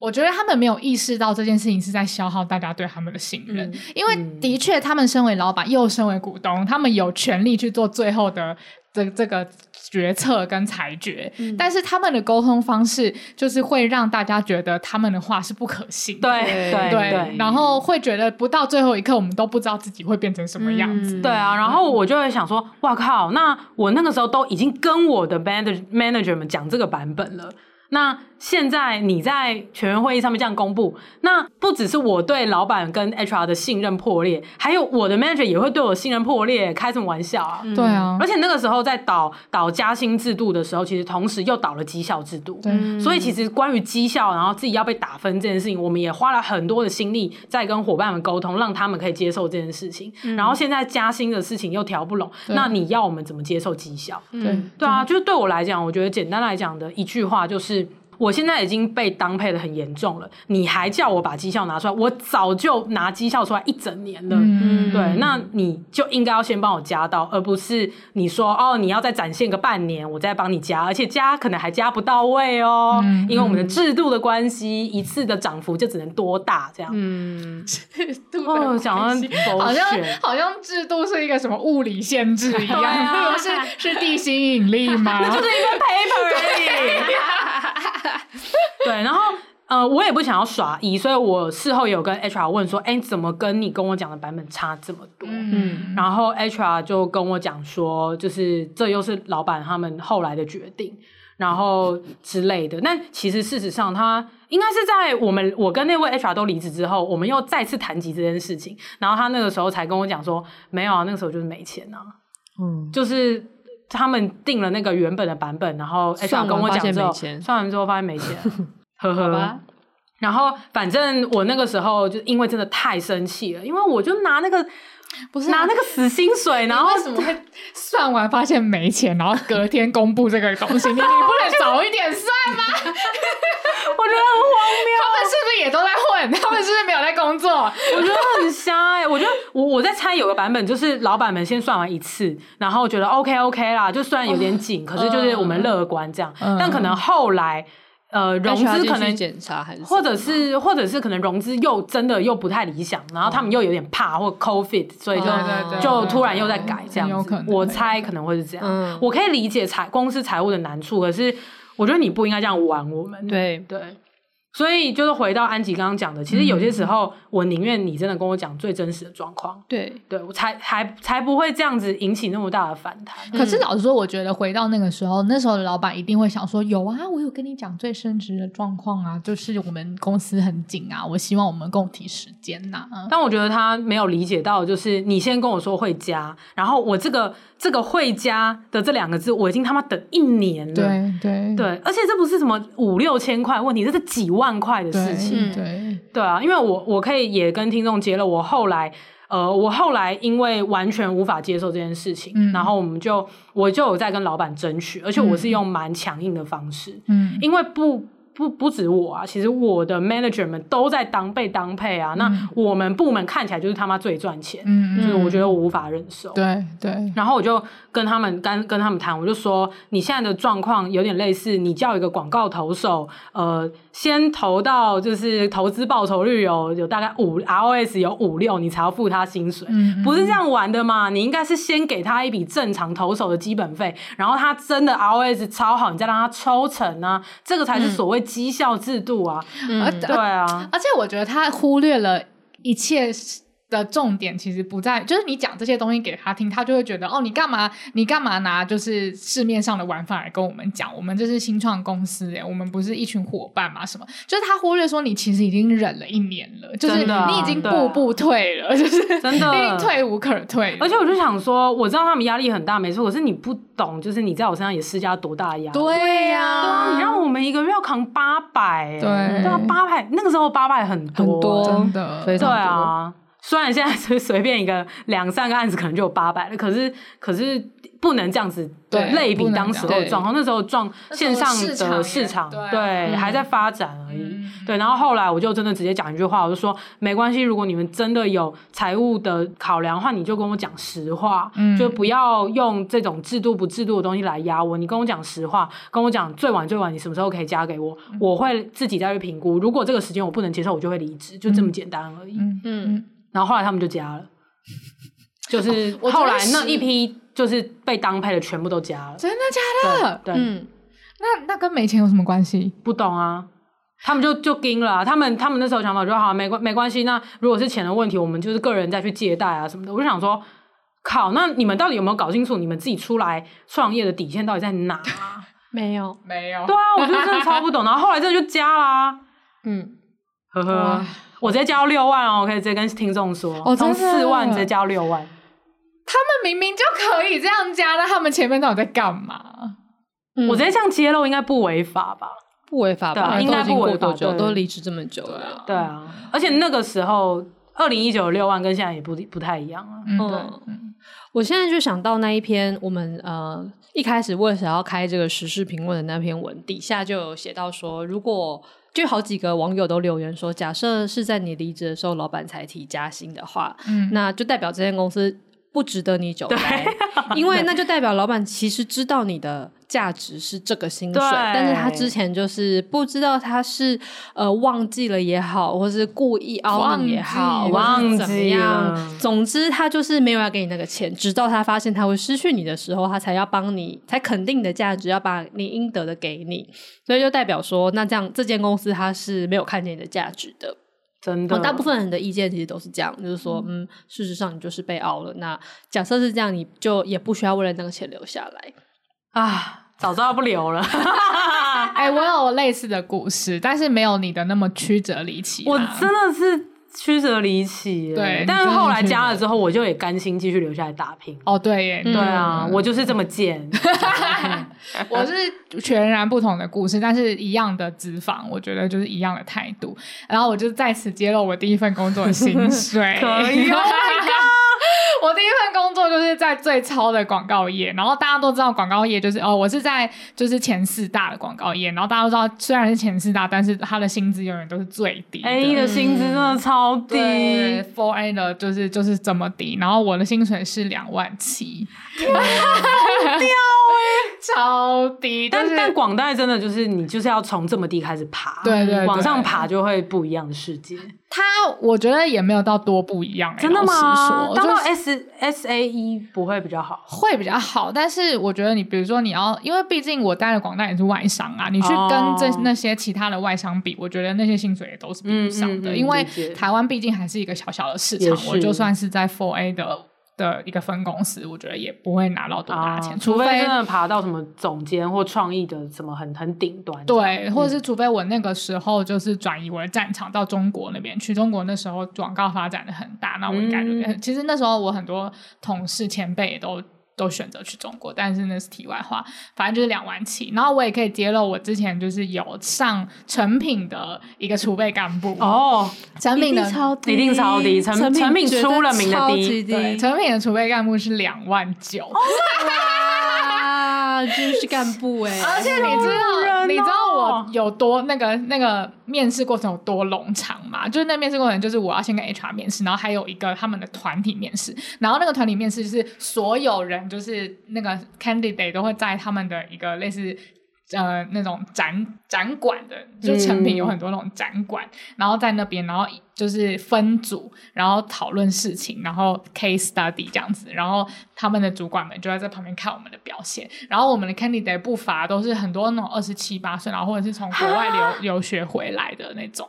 D: 我觉得他们没有意识到这件事情是在消耗大家对他们的信任，
B: 嗯
D: 因为的确他们身为老板又身为股东，他们有权利去做最后的这这个决策跟裁决，
B: 嗯
D: 但是他们的沟通方式就是会让大家觉得他们的话是不可信的。
B: 对对
D: 对，
B: 对，
D: 然后会觉得不到最后一刻，我们都不知道自己会变成什么样子。
B: 对啊，然后我就会想说，哇靠！那我那个时候都已经跟我的 manager manager 们讲这个版本了。那现在你在全员会议上面这样公布，那不只是我对老板跟 HR 的信任破裂，还有我的 manager 也会对我信任破裂，开什么玩笑啊？
D: 对啊
B: 而，且那个时候在导导加薪制度的时候，其实同时又导了绩效制度。
D: 对
B: 所以其实关于绩效，然后自己要被打分这件事情，我们也花了很多的心力在跟伙伴们沟通，让他们可以接受这件事情。然后现在加薪的事情又调不拢，
D: 嗯对
B: 那你要我们怎么接受绩效？
D: 对
B: 对啊，就是对我来讲，我觉得简单来讲的一句话就是。我现在已经被当配的很严重了，你还叫我把绩效拿出来？我早就拿绩效出来一整年了。
D: 嗯
B: 对，那你就应该要先帮我加到，而不是你说哦，你要再展现个半年，我再帮你加，而且加可能还加不到位哦，
D: 嗯
B: 因为我们的制度的关系，一次的涨幅就只能多大这样。
G: 嗯，
B: 哦，讲到
D: 好
B: 好
D: 像好像制度是一个什么物理限制一样，
B: 对啊
D: <laughs> 是是地心引力
B: <laughs>
D: 吗？
B: 就是一份 paper 而已。 <laughs> 对，然后。呃，我也不想要耍一，所以我事后有跟 HR 问说，哎、怎么跟你跟我讲的版本差这么多？
D: 嗯，
B: 然后 HR 就跟我讲说，就是这又是老板他们后来的决定，然后之类的。但其实事实上，他应该是在我们我跟那位 HR 都离职之后，我们又再次谈及这件事情，然后他那个时候才跟我讲说，没有啊，那个时候就是没钱啊，
F: 嗯，
B: 就是。他们定了那个原本的版本，然后 HR
C: 算
B: 跟
C: 完
B: 我
C: 发
B: 讲
C: 现
B: 之后，
C: 没钱
B: 算完之后发现没
C: <laughs>
B: 钱，呵
C: 好
B: 呵。
C: 吧，
B: 然后反正我那个时候就因为真的太生气了，因为我就拿那个
D: 不是啊
B: 拿那个死薪水，然后
D: 为什么会算完发现没钱，然后隔天公布这个东西？你你不能早一点算吗？
B: <laughs> <laughs> 我觉得
D: 他们是不是也都在混？他们是不是没有在工作？
B: 很荒谬，我觉得很瞎哎、我觉得我我在猜有个版本就是老板们先算完一次，然后觉得 OK OK 啦，就虽然有点紧，可是就是我们乐观这样，
D: 嗯
B: 但可能后来呃融资可能。
C: 检查
D: 啊
C: 还是
B: 或者是，或者是可能融资又真的又不太理想，然后他们又有点怕或 COVID，所以就、
D: 嗯
C: 对对对
B: 就突然又在改这样子。
D: 很有可能
B: 我猜可能会是这样。
C: 嗯
B: 我可以理解财公司财务的难处，可是我觉得你不应该这样玩我们。
C: 对
B: 对，所以就是回到安吉刚刚讲的，其
D: 嗯
B: 实有些时候我宁愿你真的跟我讲最真实的状况，
C: 对，
B: 对我才还才不会这样子引起那么大的反弹。
D: 可是老实说，我觉得回到那个时候，那时候的老板一定会想说：有啊，我有跟你讲最升职的状况啊，就是我们公司很紧啊，我希望我们共体时间呐、嗯
B: 但我觉得他没有理解到，就是你先跟我说会加，然后我这个这个会加的这两个字，我已经他妈等一年了。
D: 对对
B: 对，而且这不是什么五六千块问题，这是几万块的事情。
D: 对对，
B: 对啊，因为我我可以也跟听众揭露，我后来呃，我后来因为完全无法接受这件事情，
D: 嗯
B: 然后我们就我就有在跟老板争取，而且我是用蛮强硬的方式，
D: 嗯
B: 因为不。不不止我啊，其实我的 manager 们都在当被当配啊。那我们部门看起来就是他妈最赚钱，
D: 嗯
B: 就是
D: 嗯，
B: 我觉得我无法忍受。
D: 对对，
B: 然后我就跟他们跟跟他们谈，我就说你现在的状况有点类似，你叫一个广告投手，呃，先投到就是投资报酬率有有大概五 ROS 有五六，你才要付他薪水。
D: 嗯
B: 不是这样玩的嘛？你应该是先给他一笔正常投手的基本费，然后他真的 ROS 超好，你再让他抽成啊，这个
D: 嗯
B: 才是所谓绩效制度啊。
D: 而
B: 对啊，
D: 而且我觉得他忽略了一切的重点，其实不在，就是你讲这些东西给他听，他就会觉得哦，你干嘛，你干嘛拿就是市面上的玩法来跟我们讲？我们这是新创公司、欸，我们不是一群伙伴嘛？什么？就是他忽略说你其实已经忍了一年了，就是
B: 真的啊
D: 你已经
B: 对啊
D: 步步退了，就是
B: 真
D: <laughs>
B: 的
D: 你已经退无可退了
B: 而且我就想说，我知道他们压力很大，没错，可是你不懂，就是你在我身上也施加多大的压力。
D: 对
B: 对
D: 呀、
B: 啊，你让我们一个月要扛八百、欸，
D: 对
B: 对啊，八百那个时候八百很多、
C: 很多
B: 欸
D: 真的
C: 非
B: 对
C: 常多
B: 啊，虽然现在是随便一个两三个案子可能就有八百了，可是可是不能这样子
D: 对
B: 类比
D: 不能
B: 当
D: 这
B: 时
D: 样
B: 候的状况，那时候状
D: 那时候
B: 线上
D: 市场也嗯
B: 的市场
D: 对
B: 对还在发展而已。对，然后后来我就真的直接讲一句话，我就说没关系，如果你们真的有财务的考量的话，你就跟我讲实话，
D: 嗯
B: 就不要用这种制度不制度的东西来压我。你跟我讲实话，跟我讲最晚最晚你什么时候可以加给我，
D: 嗯
B: 我会自己再去评估。如果这个时间我不能接受，我就会离职，就这么简单而已。
D: 嗯
C: 嗯，
B: 然后后来他们就加
D: <laughs>
B: 了，就是
D: 哦我觉
B: 后
D: 得
B: 来那
D: 是
B: 一批就是被当配的全部都加了。
D: 真的假
B: 对
D: 的？
B: 对，
C: 嗯，
D: 那那跟没钱有什么关系？
B: 不懂啊，他们就就盯了、啊，他们他们那时候想法就说好，啊没关没关系，那如果是钱的问题，我们就是个人再去借贷啊什么的。我就想说，靠，那你们到底有没有搞清楚你们自己出来创业的底线到底在哪啊、
C: <laughs> 没有，
D: 没有
B: 对啊，我就真的超不懂。然后后来真的就加啦、
C: 嗯，
B: 呵呵
D: 哇，
B: 我直接交六万哦，我可以直接跟听众说，
C: 哦真
B: 从
C: 的
B: 四万直接交六万。
D: 他们明明就可以这样加，那他们前面到底在干嘛？
B: 我直
C: 这
B: 接这样揭露应该不违法吧？
C: 不违法
B: 对
C: 吧？
B: 啊应该
C: 都已经
B: 不违
C: 过多
B: 法
C: 久？
B: 对
C: 都离职这么久了，
B: 对啊，
C: 嗯
B: 而且那个时候二零一九六万跟现在也不不太一样啊。
D: 嗯，
C: 嗯
D: 对，嗯
C: 我现在就想到那一篇我们呃一开始为了想要开这个时事评论的那篇文，底下就有写到说，如果就有好几个网友都留言说，假设是在你离职的时候，老板才提加薪的话，
D: 嗯
C: 那就代表这间公司不值得你久待，因为那就代表老板其实知道你的价值是这个薪水，
B: 对
C: 但是他之前就是不知道他是呃忘记了也好，或是故意凹你也好，
B: 忘记
C: 或是怎么
B: 忘
C: 样
B: 记了，
C: 总之他就是没有要给你那个钱，直到他发现他会失去你的时候，他才要帮你，才肯定你的价值，要把你应得的给你，所以就代表说，那这样这间公司它是没有看见你的价值的。
B: 真的，
C: 哦，大部分人的意见其实都是这样，就是说，嗯，事实上你就是被熬了。那假设是这样，你就也不需要为了那个钱留下来。
B: 啊，早知道不留
D: <laughs>
B: 了。
D: 哎、我有类似的故事，但是没有你的那么曲折离奇啦。
B: 我真的是曲折离奇耶，
D: 对
B: 但是
D: 你真的
B: 后来
D: 是
B: 加了之后，我就也甘心继续留下来打拼。
D: 哦，对耶，
C: 嗯
B: 对啊，我就是这么贱。
D: <laughs> 我是全然不同的故事，但是一样的脂肪，我觉得就是一样的态度。然后我就在此揭露我第一份工作的薪水，
B: <laughs> 可以，Oh my
D: <laughs> 我第一份工作就是在最超的广告业，然后大家都知道广告业就是哦，我是在就是前四大的广告业，然后大家都知道虽然是前四大，但是他的薪资永远都是最低的。
B: A 哎的薪资真的超低，
D: 对，Four A 的就是就是这么低，然后我的薪水是两万七，超
B: <laughs>
D: 低，
B: 但
D: 是
B: 但广代真的就是你就是要从这么低开始爬，
D: 对对对
B: 往上爬就会不一样的世界。
D: 他我觉得也没有到多不一样、欸，
B: 真的
D: 老
B: 吗
D: 实？说
B: 当哎到
D: 就是
B: S S A E 不会比较好？
D: 会比较好，但是我觉得你比如说你要，因为毕竟我待的广大也是外商啊，你去跟这、
B: 哦
D: 那些其他的外商比，我觉得那些薪水也都是比不上的，
B: 嗯嗯嗯
D: 因为
B: 理解
D: 台湾毕竟还是一个小小的市
B: 也
D: 场，
B: 是
D: 我就算是在 Four A 的的一个分公司，我觉得也不会拿到多大的钱，
B: 啊
D: 除
B: 除
D: 非
B: 非真的爬到什么总监或创意的什么很很顶端。
D: 对，或者
B: 嗯
D: 是除非我那个时候就是转移我的战场到中国那边去，中国那时候广告发展的很大，那我应该就、
B: 嗯
D: 其实那时候我很多同事前辈也都。都选择去中国，但是那是题外话。反正就是两万起，然后我也可以揭露，我之前就是有上成品的一个储备干部，
B: 哦，
D: 成品的
B: 一定超低成
C: 成
B: 成品
C: 绝对
B: 出了名的
C: 超
B: 低
C: 级
D: 对
C: 低，
D: 成品的储备干部是两万九、
C: 啊，真是干部
B: <laughs>
C: 哎、
D: 而且你知道，你知道我有多那个那个面试过程有多冗长吗？就是那面试过程，就是我要先跟 HR 面试，然后还有一个他们的团体面试，然后那个团体面试就是所有人，就是那个 candidate 都会在他们的一个类似。呃，那种展展馆的，就成品有很多那种展馆，然后在那边，然后就是分组，然后讨论事情，然后 case study 这样子，然后他们的主管们就在这旁边看我们的表现，然后我们的 candidate 不乏都是很多那种二十七八岁，然后或者是从国外留留学回来的那种，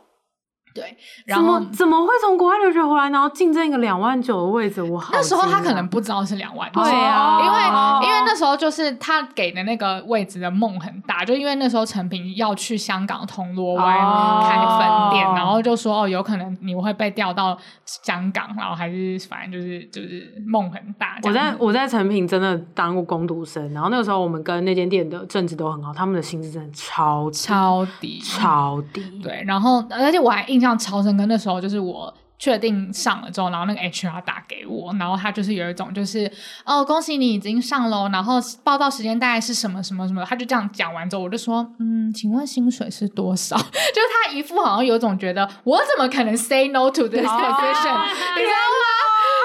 D: 对，然
B: 怎
D: 后
B: 么。怎么会从国外留学回来，然后竞争一个两万九的位置？我好
D: 那时候他
B: 惊讶啊
D: 可能不知道是两万九，
B: 对啊
D: 因为
B: 哦
D: 因为那时候就是他给的那个位置的梦很大，就因为那时候陈平要去香港铜锣湾
B: 哦
D: 开分店，然后就说哦，有可能你会被调到香港，然后还是反正就是就是梦很大这
B: 我
D: 样
B: 在
D: 子。
B: 我在成品真的当过工读生，然后那个时候我们跟那间店的政治都很好，他们的薪资真的超低
D: 超低，
B: 超低，
D: 对，然后而且我还印象超深刻，那时候就是我确定上了之后，然后那个 HR 打给我，然后他就是有一种就是哦，恭喜你已经上喽，然后报道时间大概是什么什么什么，他就这样讲完之后，我就说嗯，请问薪水是多
E: <laughs>
D: 少？就是他一副好像有种觉得我怎么可能 say no to this position，、你 <laughs> 知道吗？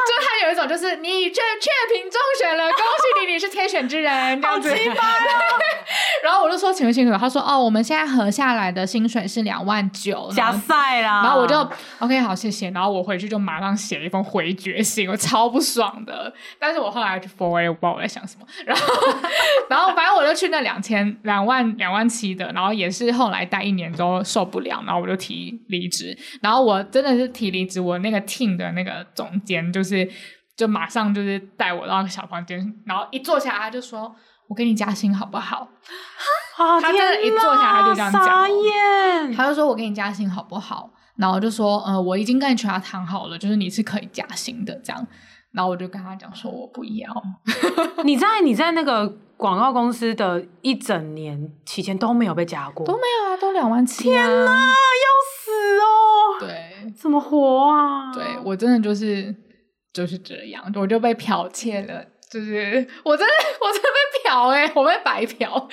D: 就是他有一种就是你这确评中选了，恭喜你，你是天选之人，这样子。然后我就说请问薪水，他说哦，我们现在合下来的薪水是两万九，
B: 假赛啦。
D: 然后我就 OK 好，谢谢。然后我回去就马上写了一封回绝信，我超不爽的。但是我后来去 for a 我不知道我在想什么。然后， <laughs> 然后反正我就去那两千两万两万七的，然后也是后来待一年之后受不了，然后我就提离职。然后我真的是提离职，我那个 team 的那个总监就是就马上就是带我到小房间，然后一坐下来他就说。我给你加薪好不好？
B: 啊
D: 他真的
B: 天
D: 一坐下来就这样
B: 哪
D: 讲
B: 傻
D: 哦
B: 眼。
D: 他就说我给你加薪好不好？然后我就说，呃，我已经跟 HR 谈好了，就是你是可以加薪的这样。然后我就跟他讲说，我不要。
B: 你在你在那个广告公司的一整年期间都没有被加过，
D: 都没有啊，都两万七、啊。天
B: 啊，要死哦！
D: 对
B: 怎么活啊？
D: 对，我真的就是就是这样，我就被剽窃了。就是我真的我真的被剽哎、我被白嫖。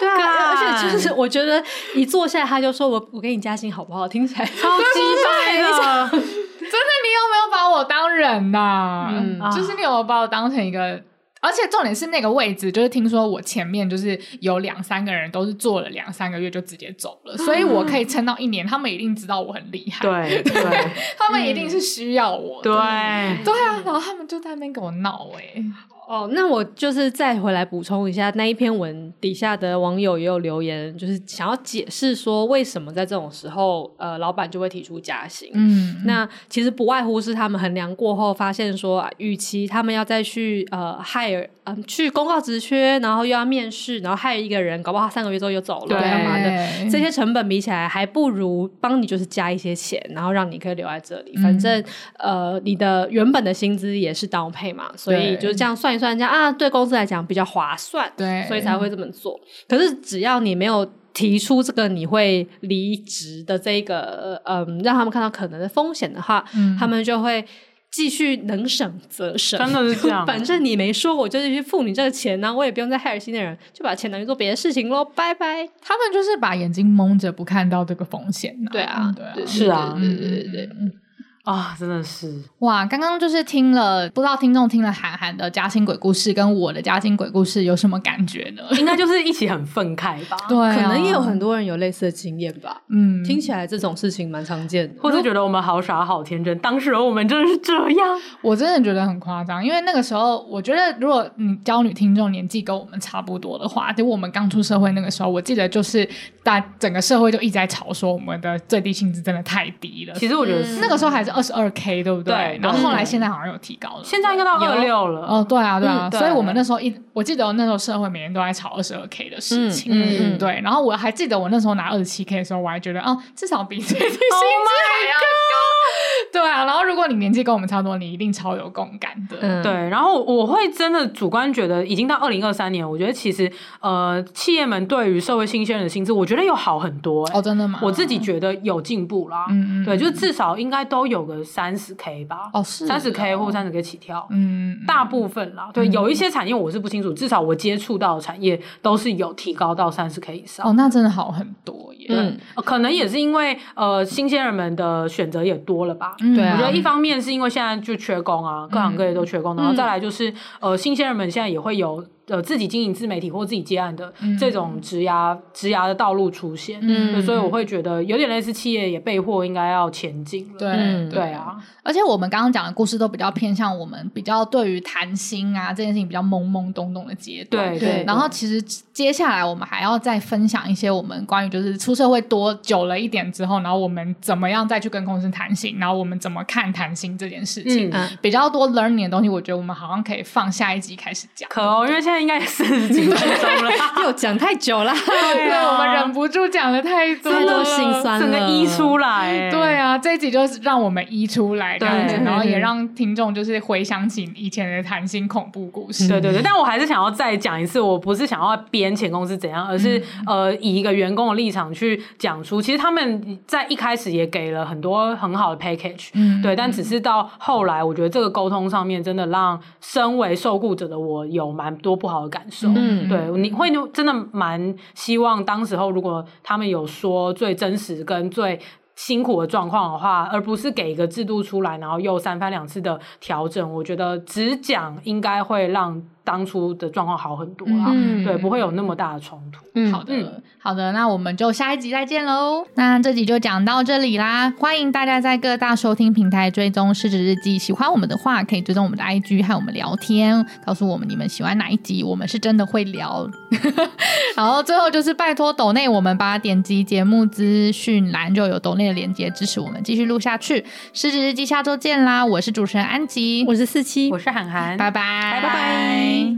B: 对啊，
C: 而且就是我觉得一坐下来他就说我我给你加薪好不好？听起来
B: <laughs> 超级白的，
D: 真的，你有没有把我当人呐、
C: 嗯
D: 就是你有没有把我当成一个？而且重点是那个位置，就是听说我前面就是有两三个人都是做了两三个月就直接走了，所以我可以撑到一年，他们一定知道我很厉害，，
B: 对对
D: 他们一定是需要我的，
B: 对，
D: 对啊，然后他们就在那边跟我闹哎、
C: 哦，那我就是再回来补充一下，那一篇文底下的网友也有留言，就是想要解释说为什么在这种时候，呃，老板就会提出加薪。
D: 嗯，
C: 那其实不外乎是他们衡量过后发现说，啊与其他们要再去呃 hire 嗯、去公告职缺，然后又要面试，然后 hire 一个人，搞不好他三个月之后又走了
B: 对
C: 干嘛的，
D: 对
C: 这些成本比起来，还不如帮你就是加一些钱，然后让你可以留在这里。反正、呃，你的原本的薪资也是当配嘛，所以
D: 对
C: 就是这样算一算，这样啊，对公司来讲比较划算，
D: 对，
C: 所以才会这么做。可是只要你没有提出这个你会离职的这个呃嗯，让他们看到可能的风险的话，
D: 嗯
C: 他们就会继续能省则省。
B: 真的是这样。
C: <laughs> 反正你没说，我就继续付你这个钱呢、我也不用再害新的人，就把钱拿去做别的事情喽，拜拜。
D: 他们就是把眼睛蒙着，不看到这个风险、啊，
C: 对啊
D: 对啊，
C: 对
B: 是啊
D: 嗯对对对。
B: 啊，真的是
D: <laughs> 哇，刚刚就是听了，不知道听众听了韩寒的家庭鬼故事跟我的家庭鬼故事有什么感觉呢？
B: 应该就是一起很愤慨吧，
E: 嗯
D: 对、
C: 可
E: 啊
C: 能也有很，多人有类似的经验吧。
D: 嗯，
C: 听起来这种事情蛮常见的，
B: 或是觉得我们好傻好天真，当时我们真的是这样，
D: 我真的觉得很夸张，因为那个时候，我觉得如果你教女听众年纪跟我们差不多的话，就我们刚出社会那个时候，我记得就是大整个社会就一直在吵说我们的最低薪资真的太低了。
B: 其实我觉得是
D: 那个时候还是二十二 k，对不对？
B: 对
D: 然后后来
B: 嗯
D: 现在好像有提高了。
B: 现在应该到
C: 有
B: 二六了，
D: <laughs> 哦，对啊，对啊，
C: 嗯对
D: 所以我们那时候一，我记得我那时候社会每天都在吵二十二 k 的事情，
B: 嗯嗯
D: 对。然后我还记得我那时候拿二十七 k 的时候，我还觉得，哦，至少
C: <laughs>
D: 比最低薪资
C: ，Oh
D: 还要高。对啊，然后如果你年纪跟我们差不多，你一定超有共感的。
C: 嗯，
B: 对，然后我会真的主观觉得，已经到二零二三年，我觉得其实呃，企业们对于社会新鲜人的薪资，我觉得有好很多、欸。
D: 哦，真的吗？
B: 我自己觉得有进步啦。
D: 嗯，嗯嗯，
B: 对，就是至少应该都有个三十 K 吧，
D: 哦是哦
B: 三十 K 或三十 K 起跳。
D: 嗯，嗯
B: 大部分啦，对，有一些产业我是不清楚，至少我接触到的产业都是有提高到三十 K 以上。
D: 哦，那真的好很多耶。
C: 嗯
B: 呃可能也是因为呃，新鲜人们的选择也多了吧。
D: 嗯
C: 对啊
B: 我觉得一方面是因为现在就缺工啊，各行各业都缺工，然
D: 嗯
B: 后再来就是呃，新鲜人们现在也会有呃自己经营自媒体或自己接案的
D: 嗯
B: 这种职涯职涯的道路出现，
D: 嗯
B: 对所以我会觉得有点类似企业也备货应该要前进了。
D: 对、
C: 嗯
B: 对。啊，
D: 而且我们刚刚讲的故事都比较偏向我们比较对于谈心啊这件事情比较懵懵懂懂的阶段。
B: 对对。
D: 然后其实接下来我们还要再分享一些我们关于就是出社会多久了一点之后，然后我们怎么样再去跟公司谈薪，然后我们怎么看谈薪这件事情，
B: 嗯，
D: 比较多 learning 的东西，我觉得我们好像可以放下一集开始讲。 <laughs>
B: 可哦，因为现在应该四十几分钟 <laughs> 了，
C: <laughs>
B: 啊
C: 又讲太久了，
D: 啊对，我们忍不住讲了太多
C: 太
D: 了，
C: 多心
B: 啊
C: 酸了，
B: 整个一出来、欸，
D: 对啊，
E: 啊，这一集就是让我们一出来这样子，
B: 对
E: 然后也让听众就是回想起以前的谈心恐怖故事。
B: 对对对，但我还是想要再讲一次，我不是想要编前公司怎样，而是、呃以一个员工的立场去讲出，其实他们在一开始也给了很多很好的 package，、
E: 嗯
B: 对，但只是到后来，我觉得这个沟通上面真的让身为受雇者的我有蛮多不好的感受。
C: 嗯
B: 对，你会真的蛮希望当时候如果他们有说最真实跟最。辛苦的状况的话，而不是给一个制度出来，然后又三番两次的调整，我觉得只讲应该会让当初的状况好很多啦，
C: 嗯
B: 对，不会有那么大的冲突。
C: 嗯
E: 好的，
B: 嗯
E: 好的，那我们就下一集再见喽。那这集就讲到这里啦，欢迎大家在各大收听平台追踪《失职日记》。喜欢我们的话，可以追踪我们的 IG 和我们聊天，告诉我们你们喜欢哪一集，我们是真的会
B: <laughs>
E: 聊。然后最后就是拜托抖内我们吧，点击节目资讯栏就有抖内的连接支持我们继续录下去。《失职日记》下周见啦！我是主持人安吉，
H: 我是四七，
B: 我是涵涵，
E: 拜拜，
B: 拜拜